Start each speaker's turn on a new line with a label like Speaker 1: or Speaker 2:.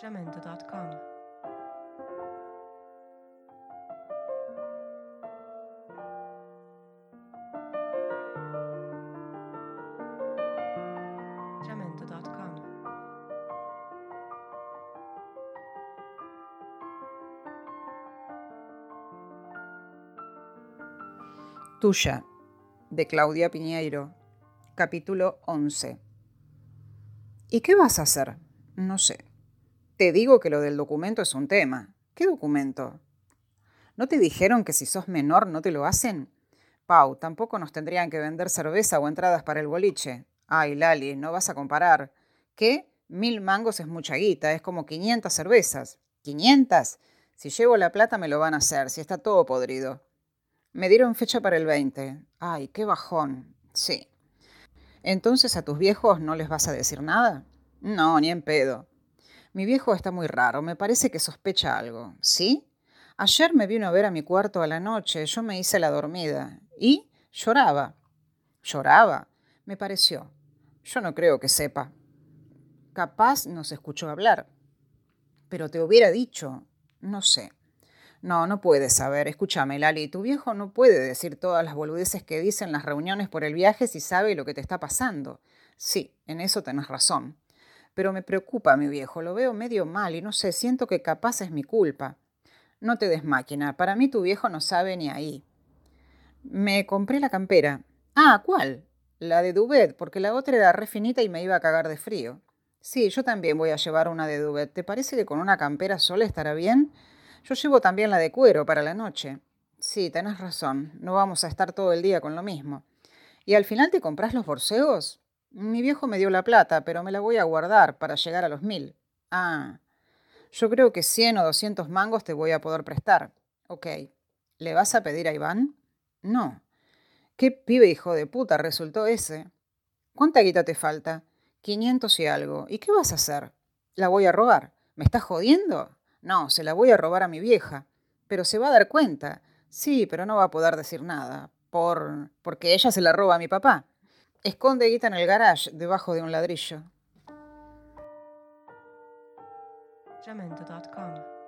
Speaker 1: Jamendo.com. Jamendo.com.
Speaker 2: Tuya, de Claudia Piñeiro, capítulo 11. ¿Y qué vas a hacer? No sé. Te digo que lo del documento es un tema. ¿Qué documento? ¿No te dijeron que si sos menor no te lo hacen? Pau, tampoco nos tendrían que vender cerveza o entradas para el boliche. Ay, Lali, no vas a comparar. ¿Qué? Mil mangos es mucha guita, es como 500 cervezas. ¿500? Si llevo la plata me lo van a hacer, si está todo podrido. Me dieron fecha para el 20. Ay, qué bajón. Sí. Entonces a tus viejos no les vas a decir nada? No, ni en pedo. Mi viejo está muy raro, me parece que sospecha algo. ¿Sí? Ayer me vino a ver a mi cuarto a la noche, yo me hice la dormida y lloraba. ¿Lloraba? Me pareció. Yo no creo que sepa. Capaz nos escuchó hablar. Pero te hubiera dicho, no sé. No, no puedes saber. Escúchame, Lali, tu viejo no puede decir todas las boludeces que dice en las reuniones por el viaje si sabe lo que te está pasando. Sí, en eso tenés razón. Pero me preocupa mi viejo, lo veo medio mal y no sé, siento que capaz es mi culpa. No te des máquina, para mí tu viejo no sabe ni ahí. Me compré la campera. Ah, ¿cuál? La de Duvet, porque la otra era re finita y me iba a cagar de frío. Sí, yo también voy a llevar una de Duvet. ¿Te parece que con una campera sola estará bien? Yo llevo también la de cuero para la noche. Sí, tenés razón. No vamos a estar todo el día con lo mismo. ¿Y al final te compras los borseos? Mi viejo me dio la plata, pero me la voy a guardar para llegar a los mil. Ah. Yo creo que 100 o 200 mangos te voy a poder prestar. Ok. ¿Le vas a pedir a Iván? No. ¿Qué pibe hijo de puta resultó ese? ¿Cuánta guita te falta? 500 y algo. ¿Y qué vas a hacer? ¿La voy a robar? ¿Me estás jodiendo? No, se la voy a robar a mi vieja. Pero se va a dar cuenta. Sí, pero no va a poder decir nada. Por... porque ella se la roba a mi papá. Esconde guita en el garage, debajo de un ladrillo.
Speaker 1: Jamendo.com.